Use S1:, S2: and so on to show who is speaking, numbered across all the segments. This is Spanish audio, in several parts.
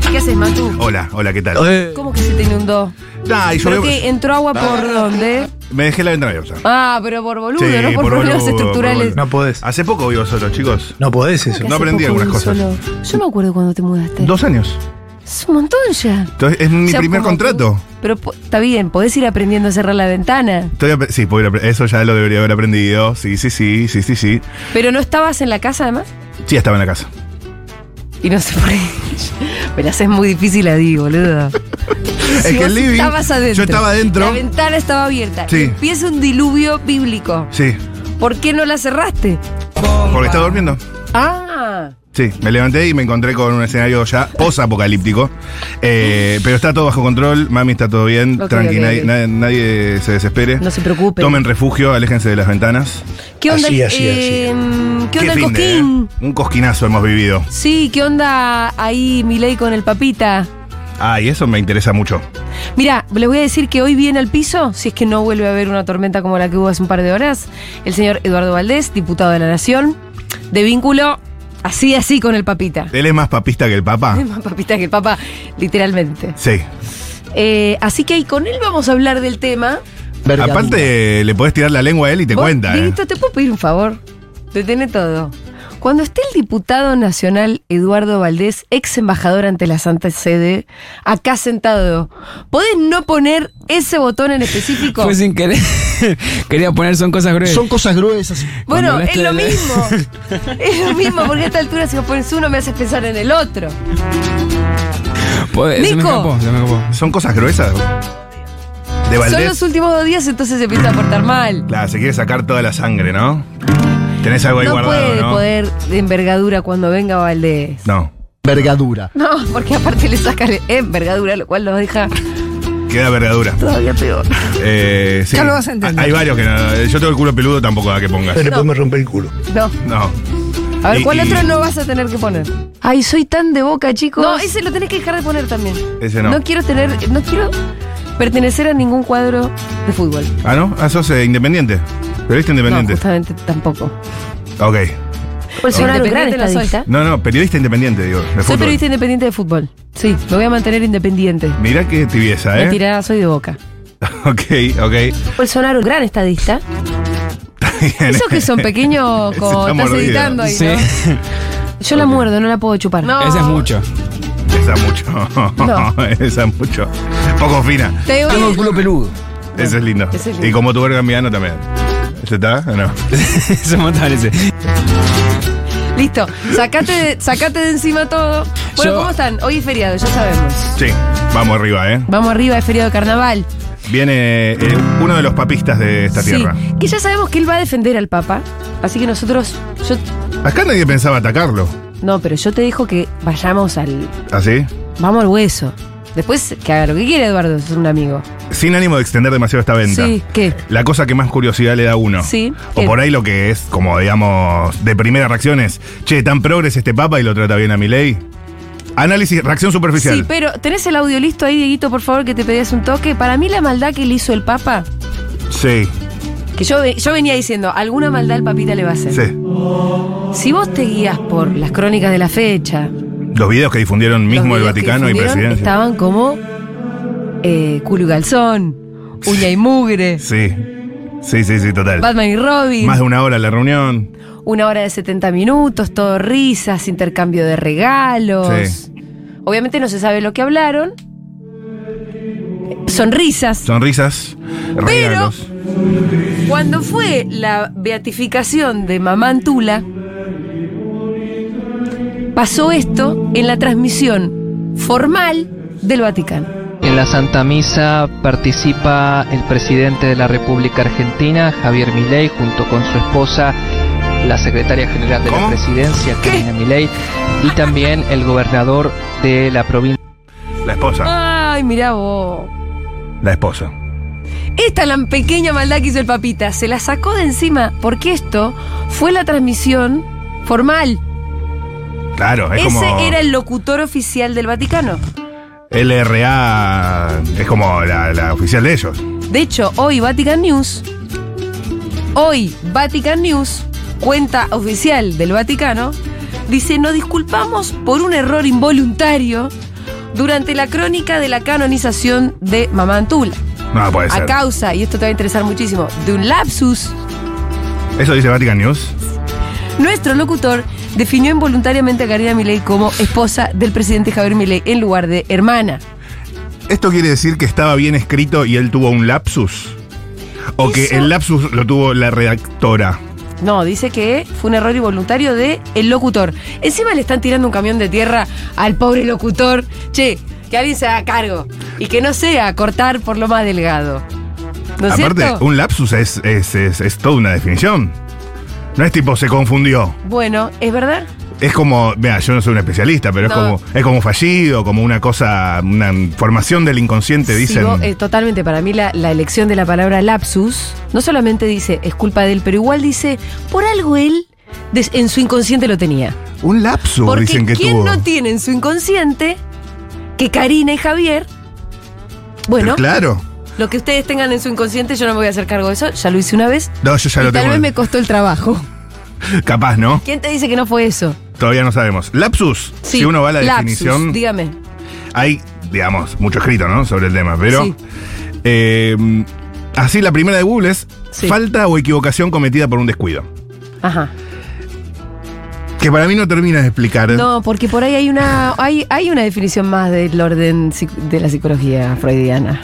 S1: Pitu?
S2: Hola, hola, ¿qué tal?
S3: Eh,
S1: ¿Cómo que se te inundó?
S2: Nah, y yo
S1: ¿Pero
S2: veo-
S1: qué? ¿Entró agua por dónde?
S2: Me dejé la ventana abierta.
S1: Ah, pero por boludo,
S2: Sí,
S1: no por,
S2: por
S1: problemas
S2: boludo, por
S1: estructurales.
S2: boludo.
S3: No podés.
S2: Hace poco vivo solo, chicos.
S3: No podés
S1: ¿Cómo
S3: eso.
S1: que
S2: No
S1: hace
S2: aprendí
S1: poco
S2: algunas
S1: viví
S2: cosas.
S1: solo? Yo me acuerdo cuando te mudaste.
S2: Dos años.
S1: Es un montón ya.
S2: Entonces, es mi
S1: O sea,
S2: primer
S1: como
S2: contrato.
S1: que- Pero po- está bien, podés ir aprendiendo a cerrar la ventana.
S2: Estoy apre- sí, puedo ir apre- eso ya lo debería haber aprendido. Sí, sí, sí, sí, sí, sí.
S1: Pero no estabas en la casa además.
S2: Sí, estaba en la casa.
S1: Y no sé por qué. Me la haces muy difícil a Di, boludo. Si
S2: es que
S1: vos
S2: el living.
S1: Estabas adentro.
S2: Yo estaba
S1: La
S2: adentro.
S1: ventana estaba abierta.
S2: Sí.
S1: Empieza un diluvio bíblico.
S2: Sí,
S1: ¿Por qué no la cerraste?
S2: porque estaba durmiendo.
S1: Ah.
S2: Sí, me levanté y me encontré con un escenario ya posapocalíptico. Eh, pero está todo bajo control, mami está todo bien,
S1: Ok,
S2: tranqui,
S1: ok,
S2: nadie,
S1: ok.
S2: nadie- nadie se desespere.
S1: No se preocupen.
S2: Tomen refugio, aléjense de las ventanas.
S1: ¿Qué onda,
S3: Así,
S1: el-
S3: así, así.
S1: em, ¿qué onda el
S2: fin de,
S1: cosquín?
S2: ¿eh? Un cosquinazo hemos vivido.
S1: Sí, ¿qué onda ahí Milei con el papita?
S2: Ah, y eso me interesa mucho.
S1: Mira, les voy a decir que hoy viene al piso, si es que no vuelve a haber una tormenta como la que hubo hace un par de horas, el señor Eduardo Valdés, diputado de la Nación, de vínculo así, así con el papita.
S2: Él es más papista que el papá.
S1: Es más papita que el papá, literalmente.
S2: Sí.
S1: Eh, así que ahí con él vamos a hablar del tema.
S3: Verga, mira.
S2: Aparte, le podés tirar la lengua a él y te
S1: Vos,
S2: cuenta. ¿eh?
S1: Dieguito, ¿te puedo pedir un favor? Detene todo. Cuando esté el diputado nacional Eduardo Valdés, ex embajador ante la Santa Sede, acá sentado, ¿podés no poner ese botón en específico?
S4: Fue sin querer. Quería poner son cosas gruesas.
S3: Son cosas gruesas.
S1: bueno,
S4: cuando
S1: es
S4: hablaste
S1: lo
S4: de la-
S1: mismo. es lo mismo, porque a esta altura si me pones uno me haces pensar en el otro.
S4: Po- se me
S1: Nico.
S4: escapó, se me escapó.
S2: Son cosas gruesas. De
S1: Son
S2: Valdés.
S1: los últimos dos días, entonces se empieza a portar mal.
S2: Claro, se quiere sacar toda la sangre, ¿no? Tenés algo ahí
S1: No
S2: guardado,
S1: puede
S2: ¿no?
S1: poder de envergadura cuando venga Valdés.
S2: No.
S3: Vergadura.
S1: No, porque aparte le sacan envergadura, lo cual los deja
S2: Queda vergadura.
S1: todavía peor.
S2: Eh, sí.
S1: Ya lo vas a entender.
S2: Hay varios que no. eh, Yo tengo el culo peludo, tampoco da que pongas.
S3: Pero le podemos romper el culo.
S1: No.
S2: No.
S1: A ver,
S2: Y-
S1: ¿cuál
S2: y-
S1: otro no vas a tener que poner? Ay, soy tan de boca, chicos. No, ese lo tenés que dejar de poner también.
S2: Ese no.
S1: No quiero tener, no quiero pertenecer a ningún cuadro de fútbol.
S2: Ah, ¿no? Ah, sos eh, independiente. Periodista
S1: No,
S2: independiente.
S1: justamente tampoco.
S2: ok.
S1: Bolsonaro, gran estadista.
S2: No, no, periodista independiente, digo. de
S1: Soy
S2: fútbol.
S1: periodista independiente de fútbol. Sí, me voy a mantener independiente.
S2: Mirá qué tibieza, ¿eh?
S1: Mentira, soy de boca.
S2: Ok, ok.
S1: Bolsonaro, gran estadista. Esos que son pequeños,
S2: Ese
S1: como
S2: está
S1: estás
S2: mordido.
S1: editando ahí,
S4: Sí,
S1: ¿no? Yo la muerdo, no la puedo chupar.
S4: ese es mucho.
S2: Esa mucho.
S1: No.
S2: Esa mucho. Poco fina.
S1: Te digo-
S3: Tengo el culo peludo.
S2: Ese es lindo.
S1: Ese es lindo.
S2: Y como tu verga en Miano también. ¿Ese está? ¿O no?
S4: Eso me parece.
S1: Listo, sacate de, sacate de encima todo. Bueno,
S4: Yo-
S1: ¿cómo están? Hoy es feriado, ya sabemos.
S2: Sí. Vamos arriba, ¿eh?
S1: Vamos arriba, es feriado de carnaval.
S2: Viene eh, uno de los papistas de esta
S1: sí,
S2: tierra.
S1: que ya sabemos que él va a defender al Papa. Así que nosotros, yo,
S2: Acá nadie pensaba atacarlo. ¿Ah,
S1: no, pero yo te dijo que vayamos al,
S2: ¿Así?
S1: vamos al hueso. Después que haga lo que quiera Eduardo, es un amigo.
S2: Sin ánimo de extender demasiado esta venta.
S1: Sí, ¿qué?
S2: La cosa que más curiosidad le da a uno.
S1: Sí,
S2: O
S1: ¿qué?
S2: por ahí lo que es, como digamos, de primera reacción es, che, tan progres este papa y lo trata bien a mi ley. Análisis, reacción superficial.
S1: Sí, pero ¿tenés el audio listo ahí, Dieguito, por favor, que te pedías un toque? Para mí la maldad que le hizo el Papa,
S2: sí,
S1: que yo, ve- yo venía diciendo, alguna maldad el papita le va a hacer.
S2: sí.
S1: Si vos te guías por las crónicas de la fecha,
S2: Los videos que difundieron mismo
S1: los
S2: el
S1: videos que
S2: Vaticano y
S1: difundieron
S2: presidencia.
S1: Estaban como eh, culo y calzón, uña y mugre,
S2: Sí. Sí, sí, sí, total.
S1: Batman y Robin,
S2: Más de una hora la reunión.
S1: una hora de 70 minutos, todo risas, intercambio de regalos.
S2: Sí.
S1: Obviamente no se sabe lo que hablaron. Sonrisas.
S2: Sonrisas. Regalos.
S1: Cuando fue la beatificación de Mamá Antula, pasó esto en la transmisión formal del Vaticano.
S5: En la Santa Misa participa el presidente de la República Argentina, Javier Milei, junto con su esposa, la secretaria general de
S2: ¿Cómo?
S5: la presidencia,
S1: ¿Qué?
S5: Cristina Milei, y también el gobernador de la provincia.
S2: La esposa.
S1: Ay, mirá vos. Ah.
S2: La esposa.
S1: Esta es la pequeña maldad que hizo el papita. Se la sacó de encima porque esto fue la transmisión formal.
S2: Claro, es
S1: Ese
S2: como.
S1: era el locutor oficial del Vaticano.
S2: LRA es como la, la oficial de ellos.
S1: De hecho, hoy Vatican News, hoy Vatican News, cuenta oficial del Vaticano, dice, nos disculpamos por un error involuntario durante la crónica de la canonización de Mamá Antula.
S2: No, puede
S1: A
S2: ser.
S1: causa, y esto te va a interesar muchísimo, de un lapsus,
S2: Eso dice Vatican News.
S1: nuestro locutor definió involuntariamente a Karina Milei como esposa del presidente Javier Milei en lugar de hermana.
S2: ¿Esto quiere decir que estaba bien escrito y él tuvo un lapsus? ¿O que
S1: Eso-
S2: el lapsus lo tuvo la redactora?
S1: No, dice que fue un error involuntario de el locutor. Encima le están tirando un camión de tierra al pobre locutor. Che, que alguien se haga cargo. Y que no sea cortar por lo más delgado. ¿No es
S2: Aparte,
S1: cierto?
S2: un lapsus es, es, es- es toda una definición. No es tipo se confundió.
S1: Bueno, ¿es verdad?
S2: Es como, mira, yo no soy un especialista, pero
S1: No.
S2: es como es como fallido, como una cosa, una formación del inconsciente,
S1: Sí,
S2: dicen.
S1: vos, eh, totalmente, para mí la, la elección de la palabra lapsus no solamente dice es culpa de él, pero igual dice por algo él des- en su inconsciente lo tenía.
S2: un lapsus,
S1: Porque
S2: dicen que
S1: ¿quién
S2: tuvo.
S1: no tiene en su inconsciente que Karina y Javier? Bueno,
S2: Pero claro.
S1: Lo que ustedes tengan en su inconsciente, yo no me voy a hacer cargo de eso. Ya lo hice una vez.
S2: No, yo ya
S1: y
S2: lo
S1: tal
S2: tengo.
S1: vez me costó el trabajo.
S2: Capaz, ¿no?
S1: ¿Quién te dice que no fue eso?
S2: Todavía no sabemos. Lapsus, si uno va a la
S1: lapsus,
S2: definición,
S1: Dígame.
S2: hay, digamos, mucho escrito, ¿no? Sobre el tema, pero.
S1: Sí.
S2: eh, así, la primera de Google es
S1: Sí.
S2: falta o equivocación cometida por un descuido.
S1: Ajá.
S2: Que para mí no termina de explicar.
S1: No, porque por ahí hay una, hay, hay una definición más del orden psic- de la psicología freudiana.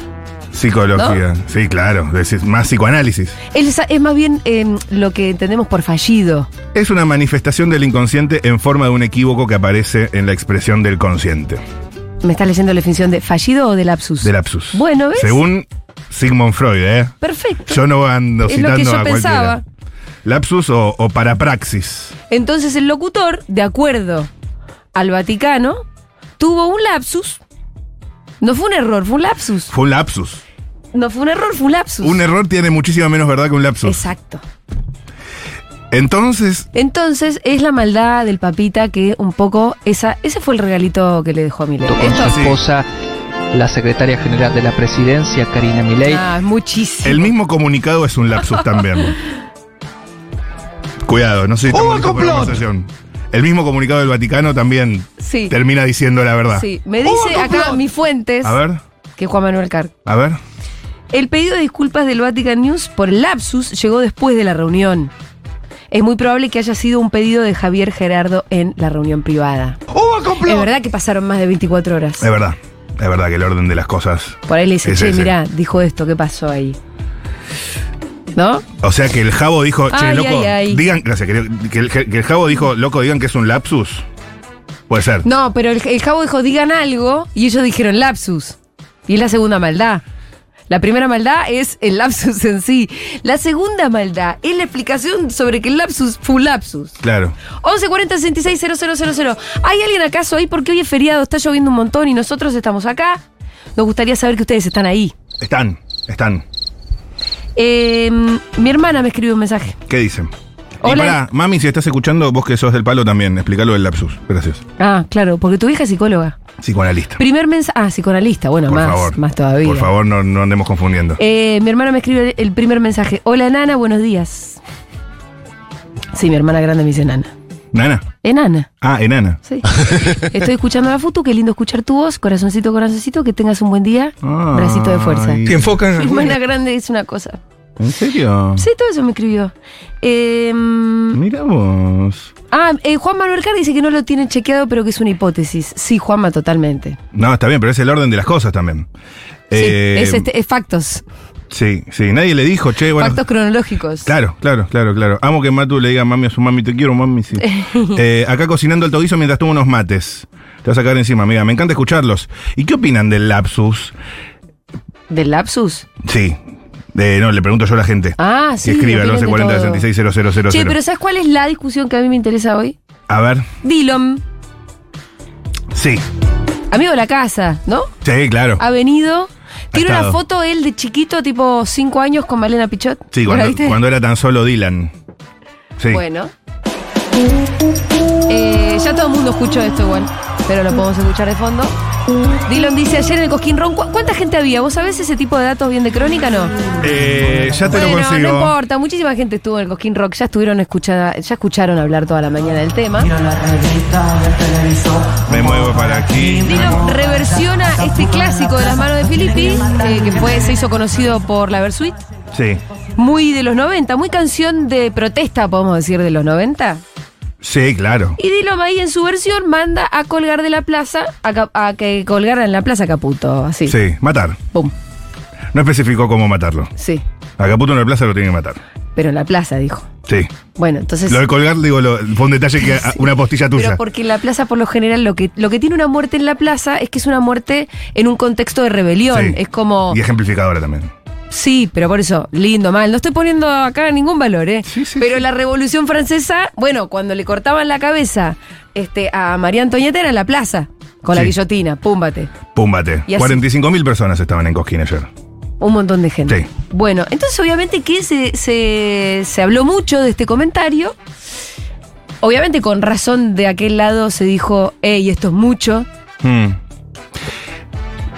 S2: Psicología. Sí, claro. decís, más psicoanálisis.
S1: Es, es más bien eh, lo que entendemos por fallido.
S2: Es una manifestación del inconsciente en forma de un equívoco que aparece en la expresión del consciente.
S1: ¿Me estás leyendo la definición de fallido o de lapsus?
S2: De lapsus.
S1: Bueno, ¿ves?
S2: Según Sigmund Freud, ¿eh?
S1: Perfecto.
S2: Yo no ando
S1: Es lo
S2: citando
S1: que yo
S2: a
S1: pensaba.
S2: cualquiera. Lapsus o, o parapraxis.
S1: Entonces el locutor, de acuerdo al Vaticano, tuvo un lapsus. No fue un error, fue un lapsus.
S2: Fue un lapsus.
S1: No fue un error, fue un lapsus.
S2: Un error tiene muchísima menos verdad que un lapsus.
S1: Exacto.
S2: Entonces,
S1: Entonces es la maldad del papita que un poco esa ese fue el regalito que le dejó a Milei.
S5: junto con su
S2: Esto-
S5: esposa, la secretaria general de la presidencia, Karina Milei.
S1: Ah, muchísimo.
S2: el mismo comunicado es un lapsus también. Cuidado, no soy tan
S3: ¡Hubo
S2: bonito con la
S3: complot!
S2: conversación. El mismo comunicado del Vaticano también
S1: sí.
S2: termina diciendo la verdad.
S1: Sí. Me dice acá mis fuentes
S2: A ver,
S1: que Juan Manuel Carr.
S2: a ver.
S1: El pedido de disculpas del Vatican News por el lapsus llegó después de la reunión. Es muy probable que haya sido un pedido de Javier Gerardo en la reunión privada. Es verdad que pasaron más de 24 horas.
S2: Es verdad. Es verdad que el orden de las cosas.
S1: Por ahí le dice,
S2: Es
S1: che,
S2: ese.
S1: mirá, dijo esto, ¿qué pasó ahí? ¿No?
S2: O sea que el Jabo dijo, che,
S1: Ay,
S2: loco,
S1: ay, ay.
S2: digan, gracias, que, que el, que el Jabo dijo, loco, digan que es un lapsus. Puede ser.
S1: No, pero el, el Jabo dijo, digan algo, y ellos dijeron lapsus. Y es la segunda maldad. La primera maldad es el lapsus en sí. La segunda maldad es la explicación sobre que el lapsus fue un lapsus.
S2: Claro.
S1: 1140 000. ¿Hay alguien acaso ahí? Porque hoy es feriado, está lloviendo un montón y nosotros estamos acá. Nos gustaría saber que ustedes están ahí.
S2: Están, están.
S1: Eh, mi hermana me escribió un mensaje.
S2: ¿Qué dicen? Y
S1: Hola.
S2: pará, mami, si estás escuchando, vos que sos del palo también, explícalo del lapsus. Gracias.
S1: Ah, claro, porque tu vieja es psicóloga.
S2: Psicoanalista.
S1: Primer mensaje. Ah, psicoanalista, bueno,
S2: Por
S1: más,
S2: favor.
S1: más todavía.
S2: Por favor, no, no andemos confundiendo.
S1: Eh, mi hermana me escribe el primer mensaje. Hola, Nana, buenos días. Sí, mi hermana grande me dice Nana.
S2: Nana.
S1: Enana,
S2: Ah, enana.
S1: sí. Estoy escuchando a la Futu, qué lindo escuchar tu voz. Corazoncito, corazoncito, que tengas un buen día.
S2: Ay.
S1: Bracito de fuerza.
S2: Sí.
S1: Mi
S4: Que enfocan.
S1: hermana grande es una cosa.
S2: ¿En serio?
S1: Sí, todo eso me escribió. Eh,
S2: Mira vos.
S1: ah, eh, Juan Manuel Carr dice que no lo tiene chequeado, pero que es una hipótesis. Sí, Juanma, totalmente.
S2: No, está bien, pero es el orden de las cosas también. Eh,
S1: sí, es, este- es factos.
S2: sí, sí, nadie le dijo, che, bueno.
S1: factos cronológicos.
S2: Claro, claro, claro, claro. Amo que Matu le diga mami a su mami, te quiero, mami, sí. Eh, acá cocinando alto guiso mientras tomo unos mates. Te vas a caer encima, amiga. Me encanta escucharlos. ¿Y qué opinan del lapsus?
S1: ¿Del lapsus?
S2: Sí. Eh, no, le pregunto yo a la gente.
S1: Ah, sí.
S2: que escribe al
S1: opinan de
S2: 1140
S1: todo.
S2: 660000.
S1: Che, pero ¿sabes cuál es la discusión que a mí me interesa hoy?
S2: A ver.
S1: Dillon,
S2: Sí.
S1: amigo de la casa, ¿no?
S2: Sí, claro.
S1: Ha venido. Tiene
S2: Ha
S1: una
S2: estado.
S1: foto él de chiquito, tipo 5 años, con Malena Pichot.
S2: Sí,
S1: ¿Vos la
S2: cuando,
S1: viste?
S2: cuando era tan solo Dylan. Sí.
S1: Bueno. Eh, ya todo el mundo escuchó esto igual, pero lo podemos escuchar de fondo. Dylan dice ayer en el Cosquín Ron, "¿Cu- ¿cuánta gente había? ¿Vos sabés ese tipo de datos bien de crónica, no?
S2: Eh, ya te lo
S1: bueno,
S2: consigo.
S1: no importa, muchísima gente estuvo en el Cosquín Rock, ya estuvieron escuchada, ya escucharon hablar toda la mañana del tema.
S2: Me muevo para aquí.
S1: Dino reversiona este clásico de las manos de Filippi, eh, que fue, se hizo conocido por la Versuit,
S2: Sí.
S1: muy de los 90, muy canción de protesta, podemos decir, de los 90.
S2: Sí, claro.
S1: Y Dilo Maí en su versión manda a colgar de la plaza, a, Cap- a que colgara en la plaza Caputo, así.
S2: Sí, matar.
S1: Pum,
S2: No especificó cómo matarlo.
S1: sí.
S2: A Caputo en la plaza lo tiene que matar.
S1: Pero en la plaza, dijo.
S2: Sí.
S1: Bueno, entonces...
S2: Lo de colgar, digo, lo- fue un detalle que a- una postilla tuya.
S1: Pero porque en la plaza, por lo general, lo que, lo que tiene una muerte en la plaza es que es una muerte en un contexto de rebelión.
S2: Sí.
S1: Es como,
S2: Y ejemplificadora también.
S1: sí, pero por eso, lindo, mal. No estoy poniendo acá ningún valor, ¿eh?
S2: Sí, sí,
S1: pero
S2: sí.
S1: la Revolución Francesa, bueno, cuando le cortaban la cabeza este, a María Antonieta era en la plaza, con la
S2: Sí.
S1: guillotina, púmbate.
S2: Púmbate.
S1: Y así-
S2: 45.000 personas estaban en Cosquín ayer.
S1: Un montón de gente.
S2: Sí.
S1: Bueno, entonces obviamente que se, se- se habló mucho de este comentario. Obviamente con razón de aquel lado se dijo, hey, esto es mucho.
S2: Hmm.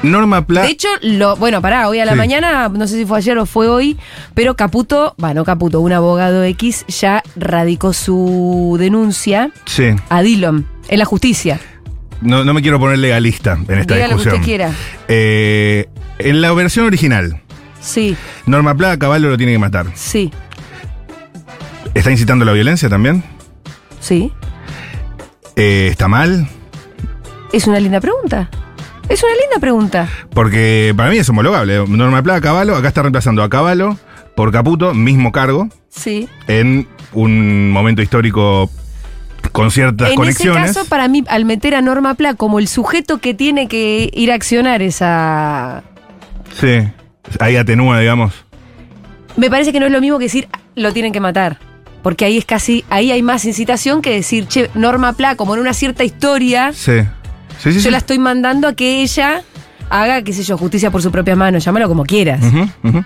S2: Norma Pla.
S1: De hecho, lo, bueno, pará, hoy a la
S2: Sí.
S1: mañana, no sé si fue ayer o fue hoy, pero Caputo, bueno, Caputo, un abogado X, ya radicó su denuncia
S2: Sí.
S1: a Dillon en la justicia.
S2: No, no me quiero poner legalista en esta
S1: Diga lo que
S2: discusión.
S1: usted quiera.
S2: Eh, en la versión original,
S1: Sí,
S2: Norma Pla a Caballo lo tiene que matar.
S1: sí,
S2: ¿Está incitando la violencia también?
S1: sí.
S2: Eh, ¿Está mal?
S1: Es una linda pregunta. Es una linda pregunta.
S2: Porque para mí es homologable. Norma Pla a Caballo, acá está reemplazando a Caballo por Caputo, mismo cargo,
S1: Sí.
S2: en un momento histórico con ciertas
S1: en
S2: conexiones.
S1: ese caso, para mí, al meter a Norma Pla como el sujeto que tiene que ir a accionar esa.
S2: Sí. Ahí atenúa, digamos.
S1: Me parece que no es lo mismo que decir "Ah, lo tienen que matar. Porque ahí es casi, ahí hay más incitación que decir, che, Norma Pla, como en una cierta historia,
S2: Sí. Sí, sí,
S1: yo
S2: sí.
S1: la estoy mandando a que ella haga, qué sé yo, justicia por su propia mano, llámalo como quieras.
S2: Ujú, ujú.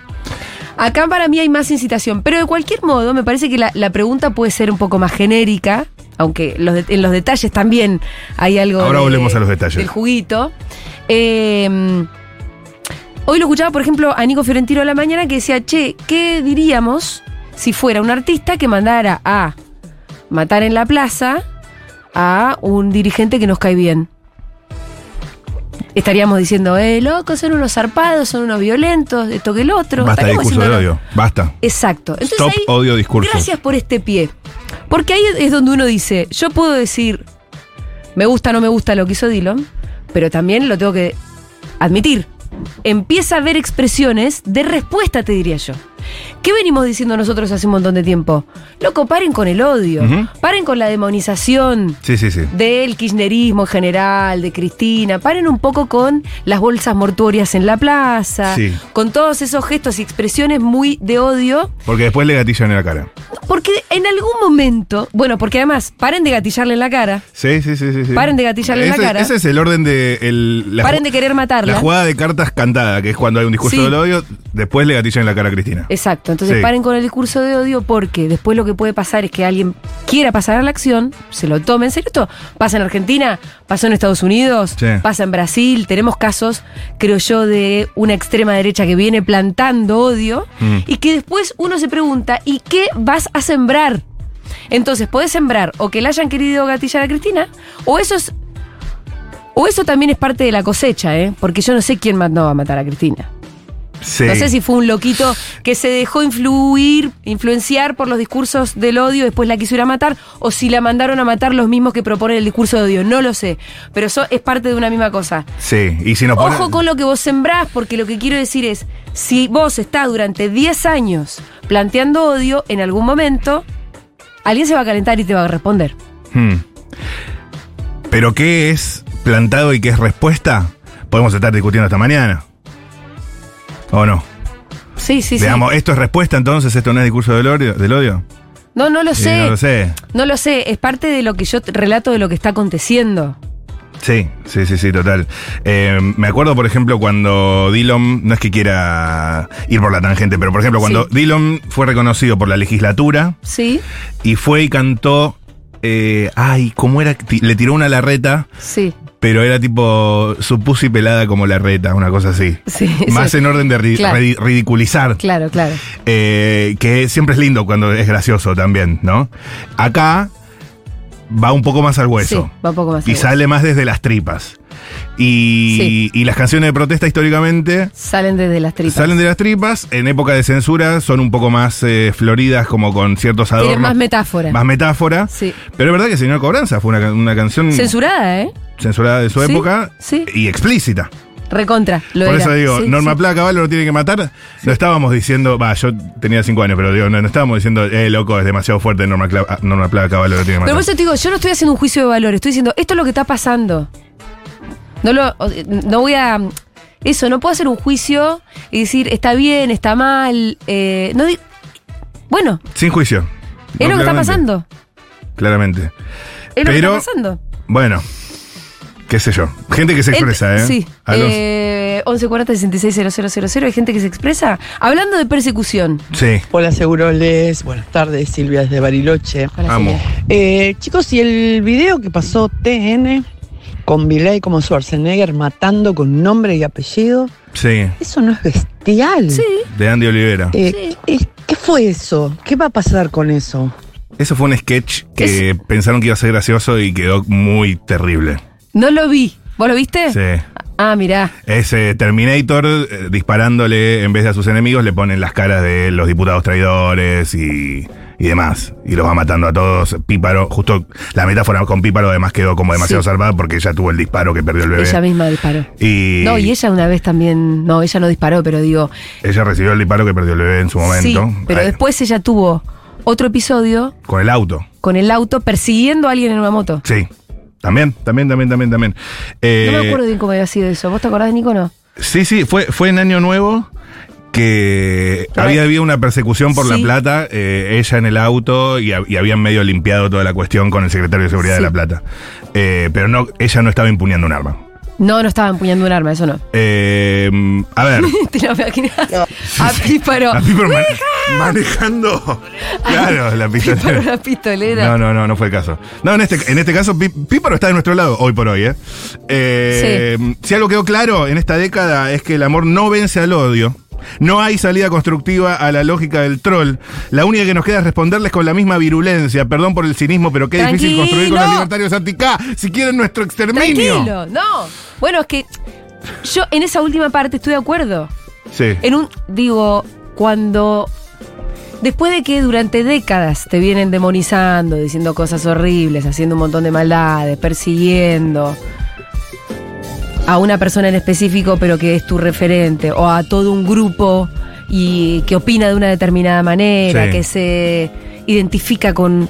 S1: Acá para mí hay más incitación, pero de cualquier modo me parece que la, la pregunta puede ser un poco más genérica, aunque los de- en los detalles también hay algo...
S2: Ahora volvemos a los detalles.
S1: Del juguito. Eh, hoy lo escuchaba, por ejemplo, a Nico Fiorentino a la mañana que decía, che, ¿qué diríamos si fuera un artista que mandara a matar en la plaza a un dirigente que nos cae bien? Estaríamos diciendo, eh, loco, son unos zarpados, son unos violentos, esto que el otro.
S2: Basta de
S1: Estaríamos
S2: discurso
S1: diciendo,
S2: de
S1: no.
S2: odio. Basta.
S1: Exacto. Entonces
S2: Stop
S1: ahí,
S2: odio discurso.
S1: gracias por este pie. Porque ahí es donde uno dice, yo puedo decir, me gusta, no me gusta lo que hizo Dillon, pero también lo tengo que admitir. Empieza a haber expresiones de respuesta, te diría yo. ¿Qué venimos diciendo nosotros hace un montón de tiempo? Loco, paren con el odio,
S2: Ujú.
S1: paren con la demonización
S2: Sí, sí, sí.
S1: del kirchnerismo en general, de Cristina. Paren un poco con las bolsas mortuorias en la plaza,
S2: Sí.
S1: con todos esos gestos y expresiones muy de odio,
S2: Porque después le gatillan en la cara.
S1: porque en algún momento, bueno, porque además, paren de gatillarle en la cara,
S2: Sí, sí, sí, sí. sí.
S1: Paren de gatillarle en la
S2: Ese-
S1: cara.
S2: Ese es el orden de. el- la
S1: paren
S2: ju-
S1: de querer matarla.
S2: La jugada de cartas cantada, que es cuando hay un discurso
S1: Sí.
S2: del odio, después le gatillan en la cara a Cristina.
S1: Exacto, entonces
S2: Sí.
S1: paren con el discurso de odio porque después lo que puede pasar es que alguien quiera pasar a la acción, se lo tome en serio. Esto pasa en Argentina, pasó en Estados Unidos,
S2: Sí.
S1: pasa en Brasil. Tenemos casos, creo yo, de una extrema derecha que viene plantando odio
S2: Mm.
S1: y que después uno se pregunta, ¿y qué vas a sembrar? Entonces, podés sembrar o que le hayan querido gatillar a Cristina, o eso es- O eso también es parte de la cosecha, ¿eh? Porque yo no sé quién mandó a matar a Cristina.
S2: Sí.
S1: No sé si fue un loquito que se dejó influir, influenciar por los discursos del odio, después la quiso ir a matar, o si la mandaron a matar los mismos que proponen el discurso de odio. No lo sé. Pero eso es parte de una misma cosa.
S2: Sí, y si nos
S1: Ojo
S2: ponen-
S1: con lo que vos sembrás, porque lo que quiero decir es, si vos estás durante 10 años planteando odio, en algún momento alguien se va a calentar y te va a responder.
S2: Hmm. Pero qué es plantado y qué es respuesta, podemos estar discutiendo hasta mañana. ¿O no?
S1: Sí, sí, sí.
S2: Digamos, esto es respuesta entonces, esto no es discurso del odio. Del odio?
S1: No, no lo
S2: Sí,
S1: sé.
S2: no lo sé.
S1: No lo sé, es parte de lo que yo te relato de lo que está aconteciendo.
S2: Sí, sí, sí, sí, total. Eh, me acuerdo, por ejemplo, cuando Dillon, no es que quiera ir por la tangente, pero por ejemplo, cuando
S1: Sí.
S2: Dillon fue reconocido por la legislatura
S1: Sí,
S2: y fue y cantó, eh, ay, ¿cómo era? Ti- Le tiró una larreta,
S1: sí,
S2: pero era tipo su pussy pelada como larreta, una cosa así.
S1: sí.
S2: Más
S1: sí.
S2: en orden de ri-
S1: Claro.
S2: ridi- ridiculizar,
S1: Claro, claro.
S2: eh, que siempre es lindo cuando es gracioso también, ¿no? Acá va un poco más al hueso.
S1: Sí, va un poco más
S2: y
S1: al hueso.
S2: sale más desde las tripas. Y, y las canciones de protesta históricamente
S1: Salen desde las tripas.
S2: salen de las tripas. En época de censura son un poco más eh, floridas, como con ciertos adornos.
S1: Tienen más metáfora.
S2: más metáfora.
S1: Sí.
S2: Pero es verdad que Señor Cobranza fue una, ca- una canción
S1: Censurada, ¿eh?
S2: censurada de su
S1: Sí,
S2: época
S1: sí.
S2: y explícita.
S1: Recontra. Lo
S2: Por
S1: era.
S2: eso digo,
S1: Sí,
S2: Norma
S1: sí.
S2: Plata Caballo lo tiene que matar. No estábamos diciendo, va, yo tenía cinco años, pero digo, no, no estábamos diciendo, eh, loco, es demasiado fuerte Norma, Cla- ah, Norma Plata Caballo lo tiene
S1: Pero
S2: que
S1: por
S2: matar.
S1: eso te digo, yo no estoy haciendo un juicio de valor, estoy diciendo, esto es lo que está pasando. No lo. o- No voy a. Eso, no puedo hacer un juicio y decir, está bien, está mal. eh, no di- Bueno,
S2: Sin juicio.
S1: es
S2: No,
S1: lo que está
S2: claramente,
S1: pasando.
S2: Claramente.
S1: Es lo que está
S2: Pero-
S1: pasando.
S2: Bueno, qué sé yo. Gente que se expresa,
S1: Ent-
S2: ¿eh?
S1: Sí.
S2: A los-
S1: Eh, 1140-660000. Hay gente que se expresa. Hablando de persecución.
S2: sí.
S6: Hola Seguroles, buenas tardes, Silvia desde Bariloche.
S1: Hola,
S2: Amo.
S1: Silvia.
S6: Eh, chicos, y el video que pasó TN con Milei como Schwarzenegger matando con nombre y apellido,
S2: Sí.
S6: eso no es bestial.
S1: Sí.
S2: De Andy Olivera.
S6: Eh, eh, ¿Qué fue eso? ¿Qué va a pasar con eso?
S2: Eso fue un sketch que pensaron que iba a ser gracioso y quedó muy terrible.
S1: No lo vi. ¿Vos lo viste?
S2: Sí.
S1: Ah, mirá.
S2: Es eh, Terminator eh, disparándole en vez de a sus enemigos, le ponen las caras de los diputados traidores y, y demás. Y los va matando a todos. Píparo, justo la metáfora con Píparo además quedó como demasiado
S1: Sí.
S2: salvada porque ella tuvo el disparo que perdió el bebé.
S1: Ella misma disparó.
S2: y,
S1: No, y ella una vez también. No, ella no disparó, pero digo.
S2: ella recibió el disparo que perdió el bebé en su momento.
S1: Sí, pero
S2: Ay,
S1: después ella tuvo otro episodio
S2: Con el auto.
S1: con el auto persiguiendo a alguien en una moto.
S2: Sí. También, también, también, también, también. Eh,
S1: no me acuerdo bien cómo había sido eso. ¿Vos te acordás, Nico? No.
S2: Sí, sí, fue, fue en Año Nuevo que
S1: Pero-
S2: había habido una persecución por
S1: Sí.
S2: La Plata, eh, ella en el auto y, hab- y habían medio limpiado toda la cuestión con el secretario de Seguridad
S1: Sí.
S2: de La Plata. Eh, pero no, ella no estaba impugnando un arma.
S1: No, no estaba empuñando un arma, eso no.
S2: Eh, a ver.
S1: Te lo Ah, imaginas. A píparo.
S2: La Piper man- manejando. Claro, la
S1: Píparo
S2: pistolera.
S1: la pistolera.
S2: No, no, no, no fue el caso. No, en este, en este caso, Pi- Píparo está de nuestro lado, hoy por hoy, ¿eh? Eh, Si algo quedó claro en esta década es que el amor no vence al odio. No hay salida constructiva a la lógica del troll. La única que nos queda es responderles con la misma virulencia. Perdón por el cinismo, pero qué difícil
S1: Tranquilo.
S2: construir con los libertarios anti-K si quieren nuestro exterminio.
S1: Tranquilo, no. Bueno, es que yo en esa última parte estoy de acuerdo.
S2: Sí.
S1: En un, digo, cuando. Después de que durante décadas te vienen demonizando, diciendo cosas horribles, haciendo un montón de maldades, persiguiendo a una persona en específico, pero que es tu referente, o a todo un grupo y que opina de una determinada manera,
S2: Sí.
S1: que se identifica con.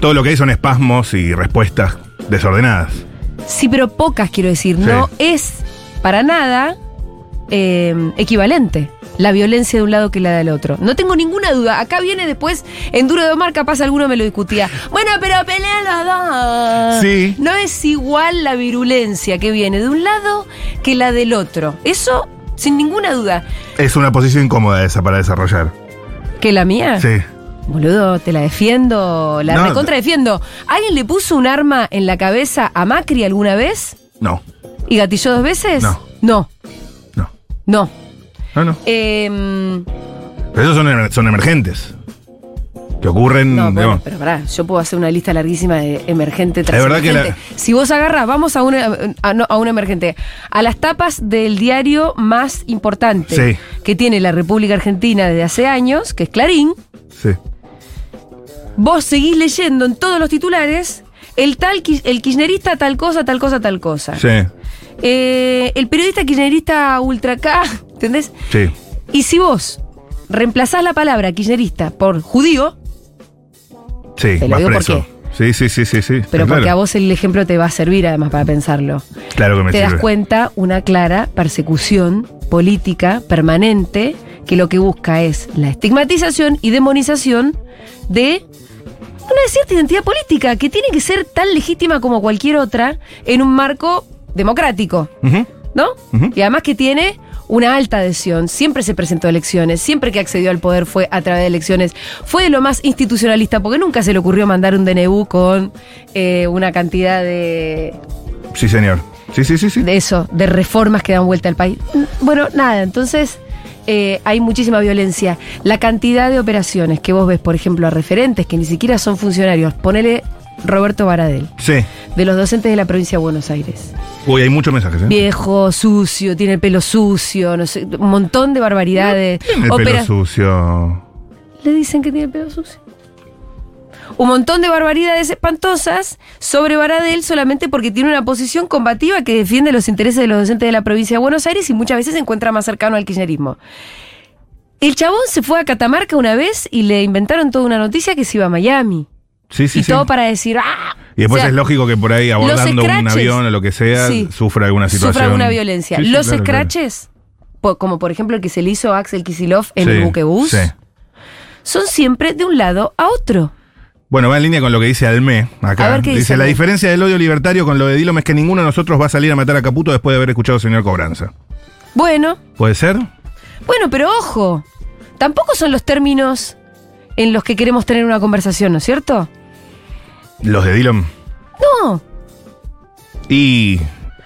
S2: Todo lo que hay son espasmos y respuestas desordenadas.
S1: Sí, pero pocas quiero decir.
S2: Sí.
S1: No es para nada eh, equivalente la violencia de un lado que la del otro. No tengo ninguna duda. Acá viene después, en Duro de Omar, capaz alguno me lo discutía. Bueno, pero pelean los dos.
S2: Sí.
S1: No es igual la virulencia que viene de un lado que la del otro. Eso, sin ninguna duda.
S2: Es una posición incómoda esa para desarrollar.
S1: ¿Que la mía?
S2: Sí.
S1: Boludo, te la defiendo, la
S2: No,
S1: recontra defiendo. ¿Alguien le puso un arma en la cabeza a Macri alguna vez?
S2: No.
S1: ¿Y gatilló dos veces?
S2: No.
S1: No,
S2: No.
S1: no.
S2: No, no. Mm,
S1: Em,
S2: Pero esos son, emer- son emergentes. Que ocurren.
S1: no, bueno,
S2: digamos,
S1: pero pará, yo puedo hacer una lista larguísima de emergente tras
S2: Es verdad que
S1: emergente. Si vos agarras, vamos a un, a, no, a un emergente. A las tapas del diario más importante
S2: Sí.
S1: que tiene la República Argentina desde hace años, que es Clarín,
S2: sí.
S1: vos seguís leyendo en todos los titulares el tal ki- el kirchnerista tal cosa, tal cosa, tal cosa.
S2: Sí.
S1: Eh, el periodista kirchnerista ultra K, ¿entendés?
S2: Sí.
S1: Y si vos reemplazás la palabra kirchnerista por judío,
S2: Sí.
S1: Te lo
S2: vas
S1: digo
S2: preso. Sí, sí, sí, sí, sí.
S1: pero
S2: Sí,
S1: porque a
S2: claro.
S1: vos el ejemplo te va a servir además para pensarlo,
S2: Claro que me
S1: te das
S2: sirve.
S1: cuenta una clara persecución política permanente que lo que busca es la estigmatización y demonización de una cierta identidad política que tiene que ser tan legítima como cualquier otra en un marco democrático.
S2: Ujú.
S1: ¿no?
S2: Ujú.
S1: Y además que tiene una alta adhesión, siempre se presentó a elecciones, siempre que accedió al poder fue a través de elecciones, fue de lo más institucionalista porque nunca se le ocurrió mandar un DNU con eh, una cantidad de,
S2: Sí, señor. Sí, sí, sí, sí.
S1: de eso, de reformas que dan vuelta al país. Bueno, nada, entonces eh, hay muchísima violencia. La cantidad de operaciones que vos ves, por ejemplo, a referentes que ni siquiera son funcionarios, ponele Roberto Baradel,
S2: Sí.
S1: de los docentes de la provincia de Buenos Aires.
S2: Uy, hay muchos mensajes, ¿eh?
S1: Viejo, sucio, tiene el pelo sucio, no sé, un montón de barbaridades.
S2: Tiene el
S1: Opera-
S2: pelo sucio.
S1: Le dicen que tiene el pelo sucio. Un montón de barbaridades espantosas sobre Baradel solamente porque tiene una posición combativa que defiende los intereses de los docentes de la provincia de Buenos Aires y muchas veces se encuentra más cercano al kirchnerismo. El chabón se fue a Catamarca una vez y le inventaron toda una noticia que se iba a Miami.
S2: Sí, sí,
S1: y
S2: sí.
S1: todo para decir, ¡ah!
S2: Y después
S1: O sea,
S2: es lógico que por ahí abordando un
S1: scratches.
S2: avión o lo que sea,
S1: Sí.
S2: sufra alguna situación.
S1: sufra alguna violencia.
S2: Sí, sí,
S1: los
S2: claro, claro.
S1: scratches, po- como por ejemplo el que se le hizo a Axel Kisilov en
S2: Sí,
S1: el buquebús,
S2: sí.
S1: son siempre de un lado a otro.
S2: Bueno, va en línea con lo que dice Almé acá.
S1: A ver, ¿qué
S2: dice,
S1: dice
S2: la
S1: Almé?"
S2: diferencia del odio libertario con lo de Dilom es que ninguno de nosotros va a salir a matar a Caputo después de haber escuchado al señor Cobranza.
S1: Bueno,
S2: ¿Puede ser?
S1: bueno, pero ojo, tampoco son los términos en los que queremos tener una conversación, ¿no es cierto?
S2: Los de Dilom.
S1: No,
S2: Y...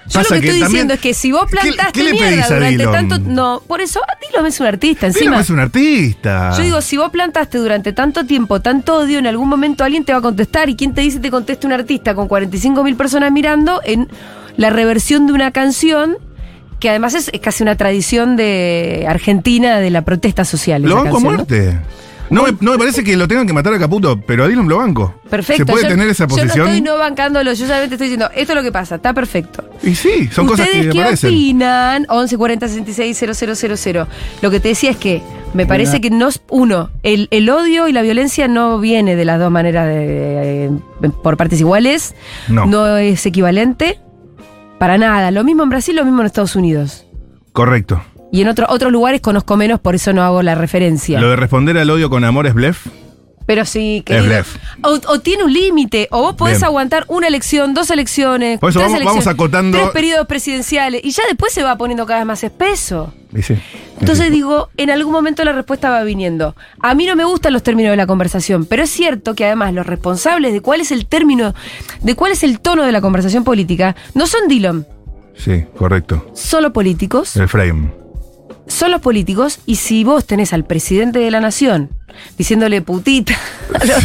S1: yo lo que, estoy diciendo es que si vos
S2: ¿Qué- qué
S1: plantaste
S2: le pedís
S1: mierda
S2: a
S1: durante
S2: Dylan?
S1: tanto... No, por eso ah, Dylan es un artista
S2: Dilom
S1: encima.
S2: es un artista.
S1: Yo digo, si vos plantaste durante tanto tiempo tanto odio, en algún momento alguien te va a contestar. ¿Y quién te dice te conteste un artista con 45.000 personas mirando en la reversión de una canción? Que además es, es casi una tradición de Argentina de la protesta social.
S2: Lo
S1: esa
S2: banco a
S1: canción, ¿no?
S2: muerte. No me, no me parece que lo tengan que matar a Caputo, pero a Dilom lo banco.
S1: Perfecto.
S2: ¿Se puede
S1: yo-
S2: tener esa
S1: Yo no
S2: posición?
S1: estoy no bancándolo, yo solamente estoy diciendo, esto es lo que pasa, está perfecto.
S2: Y sí, son cosas que
S1: ¿Ustedes qué
S2: aparecen.
S1: opinan? 11 40 66 000. Lo que te decía es que me parece que no es- uno, el, el odio y la violencia no viene de las dos maneras de- de- por partes iguales.
S2: No.
S1: es equivalente para nada. Lo mismo en Brasil, lo mismo en Estados Unidos.
S2: Correcto.
S1: Y en otro- otros lugares conozco menos, por eso no hago la referencia.
S2: Lo de responder al odio con amor es blef.
S1: Pero sí, querido.
S2: blef.
S1: O, o tiene un límite, o vos podés
S2: Bien.
S1: aguantar una elección, dos elecciones,
S2: Por eso
S1: tres
S2: vamos-
S1: elecciones,
S2: vamos acotando-
S1: tres periodos presidenciales, y ya después se va poniendo cada vez más espeso.
S2: Y sí.
S1: Entonces digo, en algún momento la respuesta va viniendo. A mí no me gustan los términos de la conversación, pero es cierto que además los responsables de cuál es el término, de cuál es el tono de la conversación política, no son Dylan,
S2: Sí, correcto.
S1: son los políticos,
S2: El frame.
S1: son los políticos, y si vos tenés al presidente de la nación diciéndole putita a los,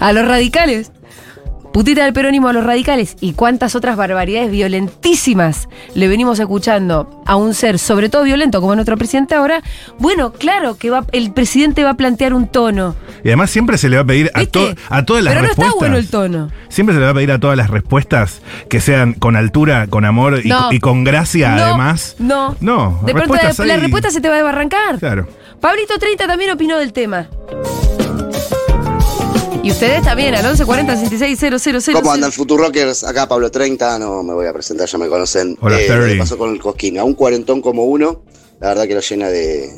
S1: a los radicales, putita del peronismo a los radicales, y cuántas otras barbaridades violentísimas le venimos escuchando a un ser, sobre todo violento como nuestro presidente ahora, bueno, claro que va, el presidente va a plantear un tono.
S2: Y además siempre se le va a pedir a,
S1: ¿viste?
S2: to- a todas las
S1: Pero no
S2: respuestas.
S1: está bueno el tono.
S2: Siempre se le va a pedir a todas las respuestas que sean con altura, con amor y,
S1: No.
S2: y con gracia,
S1: No,
S2: además.
S1: No.
S2: No,
S1: De pronto
S2: respuestas
S1: la, la
S2: hay-
S1: respuesta se te va a desbarrancar.
S2: Claro.
S1: Pablito 30 también opinó del tema. Y ustedes también, al 1140 66
S7: ¿Cómo andan Futurockers? Acá Pablo 30, no me voy a presentar, ya me conocen.
S2: Hola,
S7: lo que
S2: Terry.
S7: pasó con el Cosquín? A un cuarentón como uno, la verdad que lo llena de,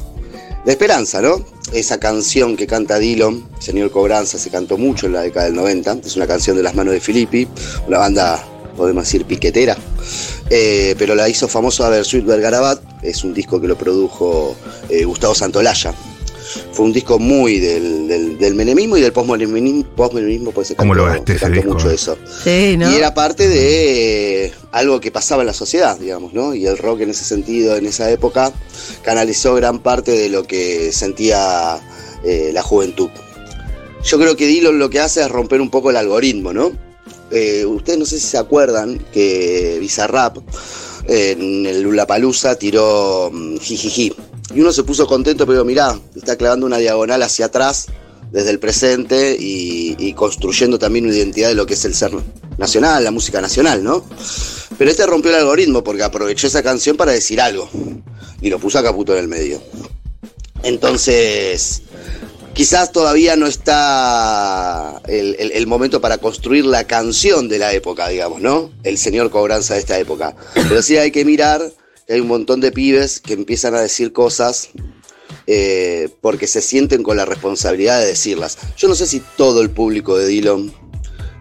S7: de esperanza, ¿no? Esa canción que canta Dillon, Señor Cobranza, se cantó mucho en la década del 90. Es una canción de las manos de Filippi, una banda, podemos decir, piquetera. Eh, pero la hizo famosa Versuit Vergarabat, es un disco que lo produjo eh, Gustavo Santolaya. Fue un disco muy del, del- del menemismo y del postmenemismo, postmenemismo, pues se
S2: ¿Cómo
S7: cantó,
S2: lo gasté
S7: se
S2: ese
S7: cantó
S2: disco,
S7: mucho
S2: eh?
S7: eso.
S1: Sí, ¿no?
S7: Y era parte de eh, algo que pasaba en la sociedad, digamos, ¿no? Y el rock en ese sentido, en esa época, canalizó gran parte de lo que sentía eh, la juventud. Yo creo que Dylan lo que hace es romper un poco el algoritmo, ¿no? Eh, ustedes no sé si se acuerdan que Bizarrap eh, en el Lulapalooza tiró mm, jijiji. Y uno se puso contento, pero mirá, está clavando una diagonal hacia atrás desde el presente y, y construyendo también una identidad de lo que es el ser nacional, la música nacional, ¿no? Pero este rompió el algoritmo porque aprovechó esa canción para decir algo y lo puso a Caputo en el medio. Entonces, quizás todavía no está el, el- el momento para construir la canción de la época, digamos, ¿no? El señor cobranza de esta época. Pero sí hay que mirar que hay un montón de pibes que empiezan a decir cosas eh, porque se sienten con la responsabilidad de decirlas. Yo no sé si todo el público de Dillon